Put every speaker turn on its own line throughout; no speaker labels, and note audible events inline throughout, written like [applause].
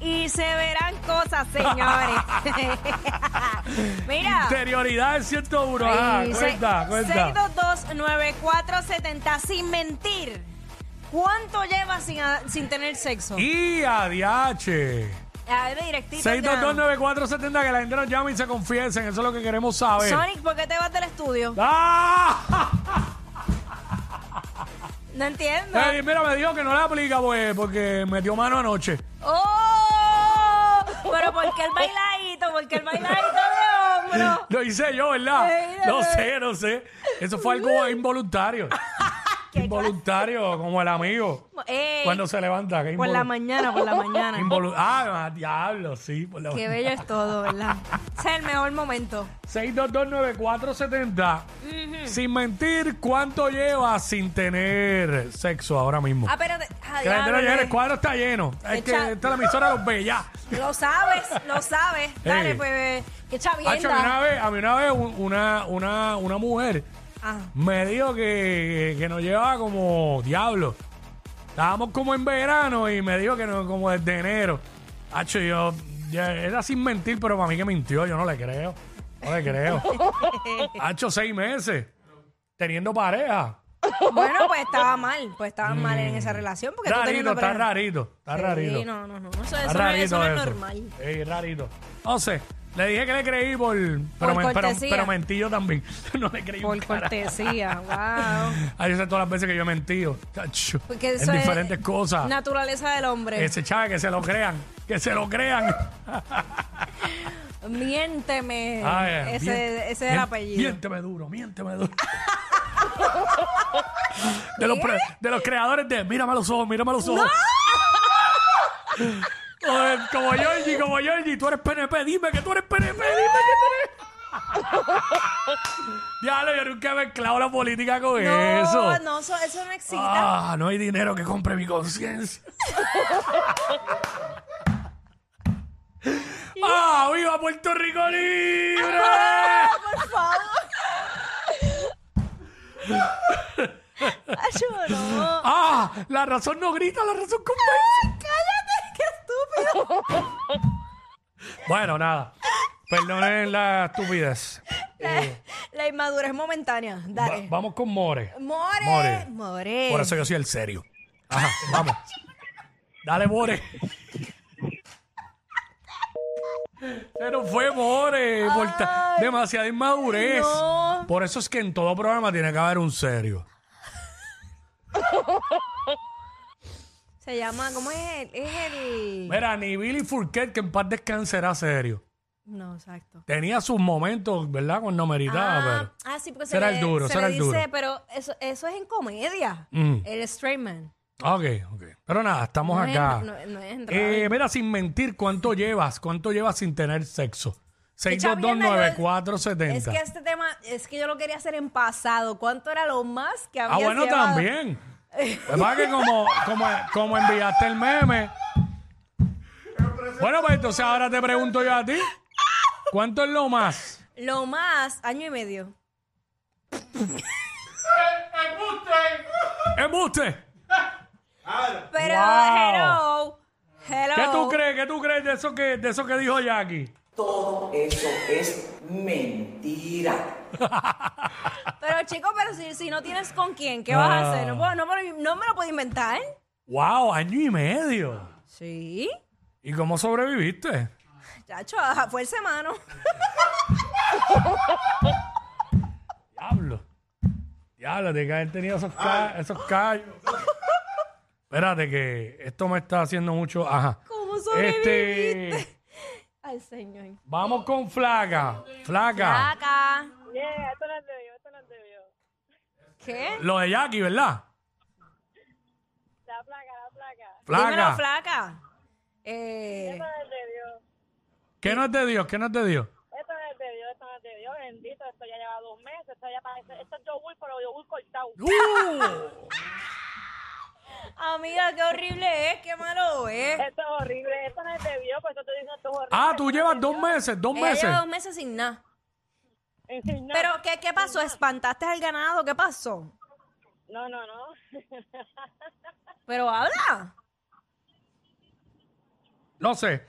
se verán cosas,
[laughs]
señores. Mira.
Interioridad en 101. Ajá,
Sí,
cuenta,
se-
cuenta.
6229470, sin mentir. ¿Cuánto llevas sin, a- sin tener sexo?
Y a DH.
A ver, directito. ya.
6229470, que la gente nos llame y se confiesen. Eso es lo que queremos saber.
Sonic, ¿por qué te vas del estudio?
¡Ah!
No entiendo.
Ey, mira, me dijo que no le aplica pues, porque metió mano anoche.
¡Oh! Pero ¿por qué el bailadito? ¿Por qué el bailadito de hombro?
Lo hice yo, ¿verdad?
Ey, no,
No
no.
sé, no sé. Eso fue algo involuntario.
[laughs] Qué
involuntario, como el amigo.
Ey,
Cuando se levanta. que
por la
involu-
mañana, por la mañana.
[laughs] involu- ah, diablo, sí. Por la
Qué bello es todo, ¿verdad? Ese es el mejor momento.
6229470. Sin mentir, ¿cuánto llevas sin tener sexo ahora mismo?
Ah, pero... de- ah,
que la gente no
diablo,
llegue,
eh.
el cuadro está lleno. Es que
Echa-
esta es la emisora de los bellas.
Lo sabes, lo sabes. Dale,
Ey.
pues, qué
Hacho, a mí una
chavienda.
vez, a mí una vez un- una, una, una mujer
Ah, [laughs]
me dijo que, que nos llevaba como diablo. Estábamos como en verano y me dijo que no, como desde enero. Hacho, yo, ya, era sin mentir, pero para mí que mintió, yo no le creo. No le
[laughs]
creo. Hacho, seis meses teniendo pareja.
bueno, pues estaba mal, pues estaba mal en esa relación porque tú
Mm. Rarito,
teniendo
está
pareja-
rarito, está rarito.
Sí, no, no, no, eso,
Está
eso no,
rarito
eso no es
eso.
normal.
Sí, rarito. No sé, le dije que le creí por... Pero,
Por
me- pero,
cortesía.
pero mentí yo también. [laughs] no le creí un
Por
carajo. [laughs]
cortesía, wow.
Ay, yo sé todas las veces que yo he mentido. Chacho,
Porque
en
eso es
diferentes cosas.
Naturaleza del hombre.
Ese chave, que se lo crean. Que se lo crean.
Miénteme.
Ay,
ese,
mien-
ese es el
mien-
apellido.
Miénteme duro, miénteme
[laughs]
duro. de, los pre- de los creadores de Mírame a los ojos, mírame a los ojos. Ay, como Georgie, como Georgie, tú eres PNP, dime que tú eres PNP, dime que tú eres.
[laughs]
Diablo, yo nunca he mezclado la política con
No,
eso.
no, eso, eso no existe. [laughs]
Ah, no hay dinero que compre mi conciencia. ¡Ah, viva Puerto Rico libre!
Por favor. Ay, yo
[laughs]
no.
¡Ah, la razón no grita, la razón convence!
Cállate, qué estúpido.
Bueno, nada. Perdonen la estupidez. Eh,
La inmadurez momentánea.
va-
Dale.
vamos con More.
More.
More.
More.
Por eso yo soy el serio. Ajá, vamos. Dale, More. Se nos fue More. por ta-
Ay,
demasiada inmadurez.
no.
Por eso es que en todo programa tiene que haber un serio.
Se llama, ¿cómo es el? Es el...
Mira, ni Billy Fourquet, que en paz descanse, era serio.
No, exacto.
Tenía sus momentos, ¿verdad? Cuando meritaba,
Ah,
pero...
ah, sí, porque se
será
le,
el duro,
se
será
le
el duro.
dice, pero eso, eso es en comedia.
Mm. Oh
El straight man.
Ok, ok. Pero nada, estamos
No es-
acá.
no- no es en
eh, mira, sin mentir, ¿cuánto llevas? ¿Cuánto llevas sin tener sexo?
Es que
6229470.
este tema, es que yo lo quería hacer en pasado. ¿Cuánto era lo más que había
Ah, bueno,
llevado?
también. Es más que como, como, como enviaste el meme. Bueno, pues entonces ahora te pregunto yo a ti. ¿Cuánto es lo más?
Lo más, año y medio.
¡Embuste!
Pero,
Wow.
hello. Hello.
¿Qué tú crees? ¿Qué tú crees de eso que, de eso que dijo Jackie?
Todo eso es mentira.
Pero, chico, pero si, si no tienes con quién, ¿qué vas
Ah.
a hacer? No, puedo- no, me lo- no me lo puedo inventar.
¡Wow! Año y medio.
Sí.
¿Y cómo sobreviviste?
Chacho, a fuerza de mano.
Diablo. Diablo, de que haber tenido esos, ca- esos callos. Espérate que esto me está haciendo mucho. Ajá.
[laughs] ¿Cómo sobreviviste?
Este,
Ay, señor.
vamos con flaca. Flaca.
Acá.
Yeah, esto no es de Dios, esto no es de Dios.
¿Qué?
Lo de Jackie, ¿verdad?
La placa, la placa.
Dímelo,
Flaca.
flaca. Eh,
Esto no es de Dios.
¿Qué no es de Dios? ¿Qué no es de Dios?
Esto no es de Dios, esto no es de Dios. Bendito, esto ya lleva dos meses. Esto ya parece. Esto es yogur, pero yogur cortado.
¡Uh!
[laughs] amiga, qué horrible es, qué malo es.
Eh,
Esto es horrible. Esto no es de Dios, pues estoy diciendo esto es horrible.
Ah, tú llevas dos meses, dos
Ella
meses.
lleva dos meses sin nada.
En fin, no,
Pero, ¿qué, qué pasó? ¿Espantaste al ganado? ¿Qué pasó?
No, no, no.
Pero habla.
No sé.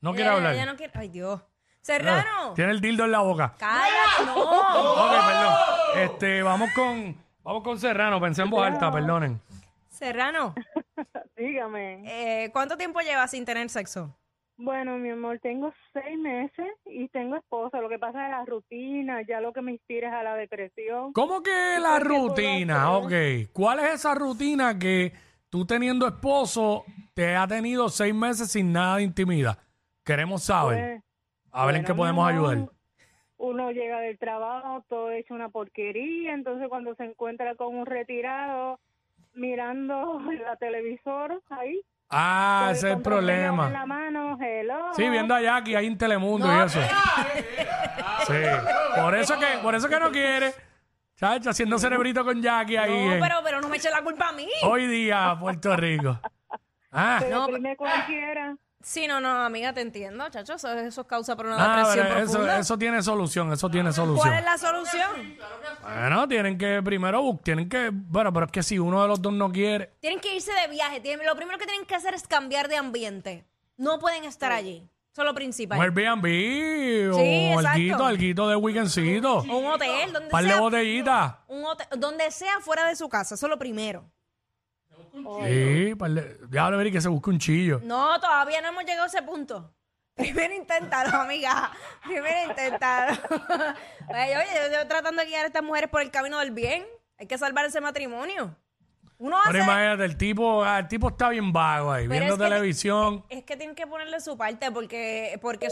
No quiere hablar. Ah,
Ella no quiere. Ay, Dios. Serrano.
Tiene el dildo en la boca.
Cállate, no.
Ok, perdón. Este, vamos con, vamos con Serrano. Pensé en voz alta, perdonen.
Serrano,
Ah,
Dígame.
eh, ¿cuánto tiempo llevas sin tener sexo?
Bueno, mi amor, tengo seis meses y tengo esposa. Lo que pasa es la rutina, ya lo que me inspira es a la depresión.
¿Cómo que la
Porque puedo
rutina? Ok. ¿Cuál es esa rutina que tú teniendo esposo te ha tenido seis meses sin nada de intimidad? Queremos saber.
Pues,
A ver en
bueno,
qué
mi
podemos
amor,
ayudar.
Uno llega del trabajo, todo hecho una porquería, entonces cuando se encuentra con un retirado mirando [laughs] la televisor ahí.
Ah,
con
ese es el
control remoto En
problema.
la mano, hello.
Sí, viendo a Jackie ahí en Telemundo y eso.
eh, ah,
Sí. Por eso que, por eso que no quiere. Chacho, haciendo cerebrito con Jackie ahí.
No,
en-
pero, pero no me eches la culpa a mí.
Hoy día, Puerto Rico. Ah,
Pero
No,
prime cualquiera.
Sí, no, no, amiga, te entiendo, chacho. Eso, eso causa por una
ah,
depresión
pero eso,
profunda.
eso tiene solución, eso tiene solución.
¿Cuál es la solución?
Bueno, tienen que primero, bu- tienen que, bueno, pero es que si uno de los dos no quiere,
Tienen que irse de viaje. tienen- lo primero que tienen que hacer es cambiar de ambiente. No pueden estar allí. Eso es lo principal.
un Airbnb
Sí,
o
exacto.
alguito, alguito de weekendcito,
O un hotel, donde
par de
sea.
botellitas.
Un hotel, donde sea fuera de su casa. Eso es lo primero.
Sí, par de, diablo, Mary, que se busque un chillo.
No, todavía no hemos llegado a ese punto. [laughs] Primero inténtalo, amiga. Primero inténtalo. [laughs] oye, oye, yo estoy tratando de guiar a estas mujeres por el camino del bien. Hay que salvar ese matrimonio. Uno
Pero
hace...
imagínate, el tipo, ah, el tipo está bien vago ahí,
Ah, Pero
viendo
es que-
televisión.
Es que tienen que ponerle su parte porque, porque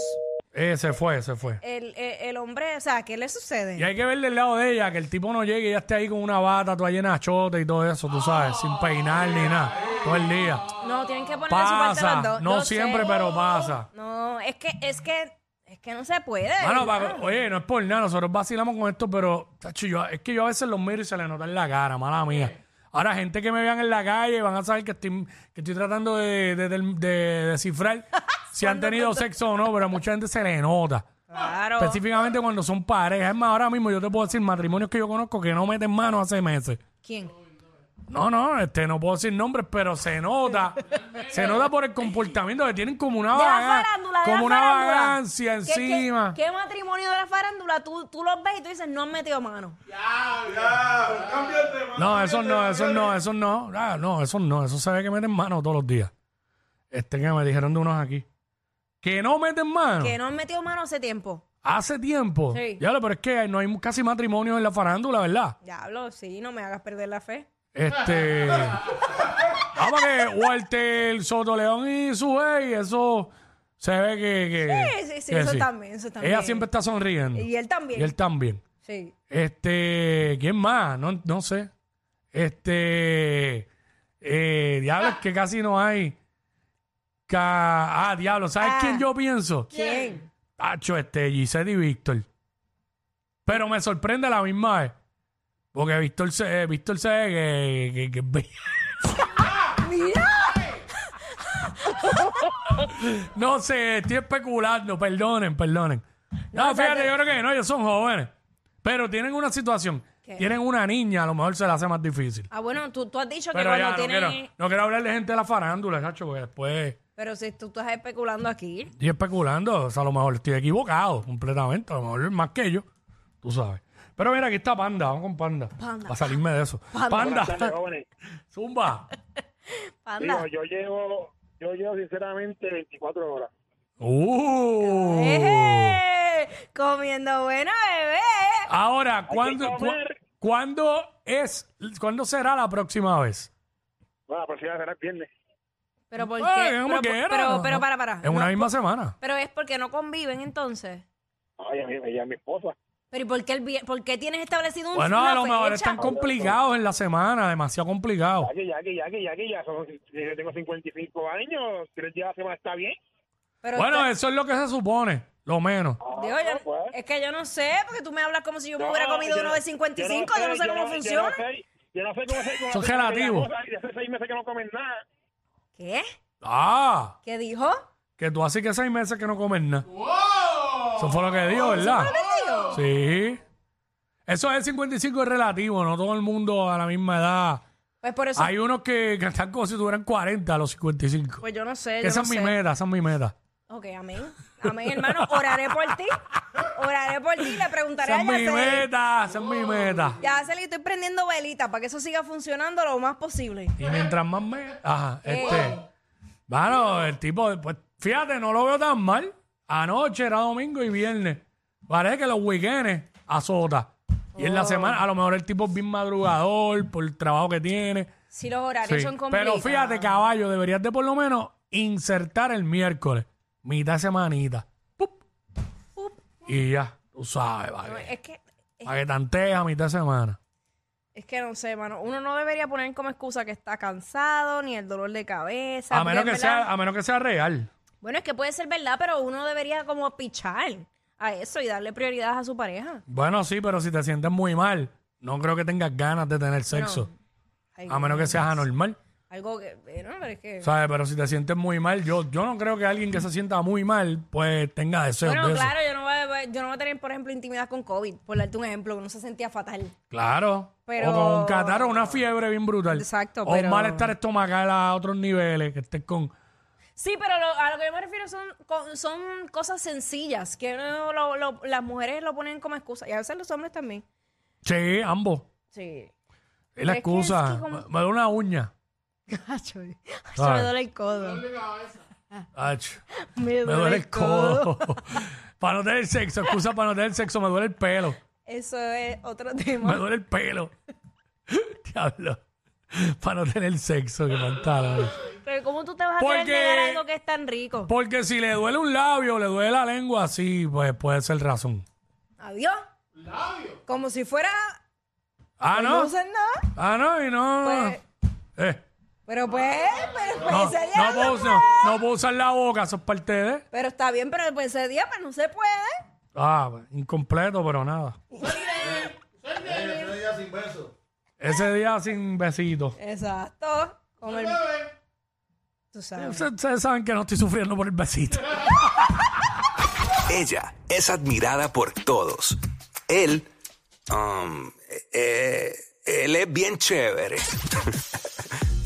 Eh, se fue, se fue.
el, el- el hombre, o sea, ¿qué le sucede?
Y hay que ver del lado de ella, que el tipo no llegue y ya esté ahí con una bata, toda llena de chote y todo eso, tú sabes, sin peinar ni nada, todo el día.
No, tienen que ponerle su parte
Pasa,
los dos.
no
Yo sé.
siempre, pero pasa.
No, es que, es que, es que no se puede.
Mano, pa- oye, no es por nada, nosotros vacilamos con esto, pero tacho, yo- es que yo a veces los miro y se le nota en la cara, mala mía. Ahora, gente que me vean en la calle van a saber que estoy, que estoy tratando de, de- de- de
[laughs]
descifrar si han tenido sexo o no, pero a mucha gente se le nota.
claro.
Específicamente cuando son parejas. Es más, ahora mismo yo te puedo decir matrimonios que yo conozco que no meten mano hace meses.
¿Quién?
No, no, este no puedo decir nombres, pero se nota. se nota por el comportamiento que tienen como una,
De la
vaga-
farándula, de la
como una
farándula.
vagancia
¿Qué- qué-
encima.
¿Qué, matrimonio de la farándula? Tú, tú los ves y tú dices, no han metido mano.
No, eso no, eso no, eso no. Ah, no, eso no. Eso se ve que meten mano todos los días. Este que me dijeron de unos aquí. Que no meten mano.
Que no han metido mano hace tiempo.
Hace tiempo.
Sí.
Ya, pero es que no hay casi matrimonios en la farándula, ¿verdad?
Diablo, sí, no me hagas perder la fe.
Este. Vamos que Walter Sotoleón y su y eso se ve que. que
Sí, sí, sí,
que
eso también, eso
Ella
también.
siempre está sonriendo.
Y él también.
Y él también.
Sí.
Este, ¿quién más? No, no sé. Este, eh, diablo, es que casi no hay. Ca- ah, diablo, ¿sabes
Ah.
quién yo pienso?
¿Quién?
Tacho, este, Gisette y Víctor. Pero me sorprende a la misma vez. Porque Víctor se, eh, Víctor se ve que, que- que es
[laughs]
bello. [laughs] no sé, estoy especulando, perdonen, perdonen. No, fíjate, yo creo que no, ellos son jóvenes. Pero tienen una situación.
¿Qué?
Tienen una niña, a lo mejor se la hace más difícil.
Ah, bueno, tú, tú has dicho que
Pero
cuando
ya, no,
tienen...
quiero, no quiero hablar de gente de la farándula, chacho, porque después
Pero si tú estás especulando aquí.
estoy especulando, o sea, a lo mejor estoy equivocado completamente, a lo mejor más que yo, tú sabes. Pero mira, aquí está Panda, vamos con Panda.
Panda.
Para salirme de eso. Panda.
Buenas tardes, jóvenes.
[laughs]
Zumba.
Anda.
Digo, yo llevo, yo llevo sinceramente 24 horas.
Uh.
¡Eh! Comiendo bueno, bebé.
Ahora, ¿cuándo,
que
cu-
comer.
¿cuándo es, cuándo será la próxima vez?
Bueno, la próxima será el viernes.
Pero por qué?
Eh,
Pero,
como
pero,
quiera,
pero,
no, no.
para, para.
En una
No,
misma semana.
Pero es porque no conviven entonces.
Ay, a mí me llama mi esposa.
Pero ¿y por qué, el, vie- por qué tienes establecido un
Bueno,
una
a lo mejor
fecha?
están complicados en la semana, demasiado complicados.
Ya que, ya que, ya que, ya que, ya son, yo tengo 55 años. Tres días a la semana está bien.
Pero
Bueno,
está-
eh, eso es lo que se supone, lo menos.
Ah,
Digo, yo-
pues.
es que yo no sé, porque tú me hablas como si yo me
No,
hubiera comido
yo
uno
no-
de 55, yo no sé cómo
Yo no
funciona.
sé, yo no sé cómo se cómo
Son
se come la
gelativos.
cosa, Y hace seis meses que no comen nada.
¿Qué?
Ah,
¿Qué dijo?
que tú hace que seis meses que no comes nada. Eso fue lo que dijo, ¿verdad? Sí. Eso es 55 es relativo, no todo el mundo a la misma edad.
Pues por eso,
Hay unos que, que están como si tuvieran 40 a los 55.
pues yo no sé, yo
esa
no
es
sé.
mi meta, esa es mi meta.
Ok, amén. Amén, hermano. Oraré por ti. Oraré por ti y le preguntaré
Esa
a
es mi
Yaceli.
meta, esa es mi meta.
Yaceli, estoy prendiendo velitas para que eso siga funcionando lo más posible.
Y mientras más me... Ajá,
Eh.
este... Bueno, el tipo, pues fíjate, no lo veo tan mal. Anoche era domingo y viernes. Parece que los weekends azota. Y en la
Oh.
semana, a lo mejor el tipo es bien madrugador por el trabajo que tiene.
Si los horarios
Sí,
son
Pero
complicados.
fíjate, caballo, deberías de por lo menos insertar el miércoles, mitad de semanita. Pup. Y ya, tú sabes, para
No,
que,
es que es,
pa' que tantees a mitad de semana.
es que no sé, hermano. Uno no debería poner como excusa que está cansado ni el dolor de cabeza.
A menos,
porque en
que
verdad-
sea, a menos que sea real.
Bueno, es que puede ser verdad, pero uno debería como pichar a eso y darle prioridad a su pareja.
Bueno, sí, pero si te sientes muy mal, no creo que tengas ganas de tener sexo.
Ay,
A menos que seas anormal.
Algo que. Bueno, pero es que.
¿Sabes? Pero si te sientes muy mal, yo, yo no creo que alguien que se sienta muy mal, pues tenga deseos
Bueno,
de eso.
claro, yo no, voy a, yo no voy a tener, por ejemplo, intimidad con COVID, por darte un ejemplo, uno se sentía fatal.
Claro.
Pero-
O con un catarro, una fiebre bien brutal.
Exacto,
O
pero-
un malestar estomacal a otros niveles, que estés con...
Sí, pero lo- a lo que yo me refiero son, con- son cosas sencillas que uno lo- lo- las mujeres lo ponen como excusa y a veces los hombres también.
Che, ambos.
Sí. [laughs]
Es
Pero es
la
que-
excusa.
es que como-
Me, me duele una uña.
Cacho, ay, se
Ah.
me duele el codo.
Ach,
Me
me duele el codo. [laughs] para no tener sexo, excusa para no tener sexo, me duele el pelo.
Eso es otro
Me
tema.
duele el pelo. [laughs] Diablo. Para no tener sexo, que pantalón.
Pero ¿cómo tú te vas a
Porque-
querer negar algo que es tan rico?
Porque si le duele un labio, le duele la lengua, así, pues puede ser razón.
Adiós. Como si fuera...
Ah,
Pues No
no.
usan nada.
Ah, no, y no.
Pues-
Eh.
Pero pues, pero pues
No,
ese día
no
no
puedo,
se
no,
puede.
no puedo usar la boca, eso es parte de.
Pero está bien, pero pues ese día pues no se puede.
Ah, pues, incompleto, pero nada. Ese día sin besitos.
Exacto. Como el... Tú sabes.
Ustedes ustedes saben que no estoy sufriendo por el besito.
Ella es admirada por todos. Él, um, eh, él es bien chévere. [laughs]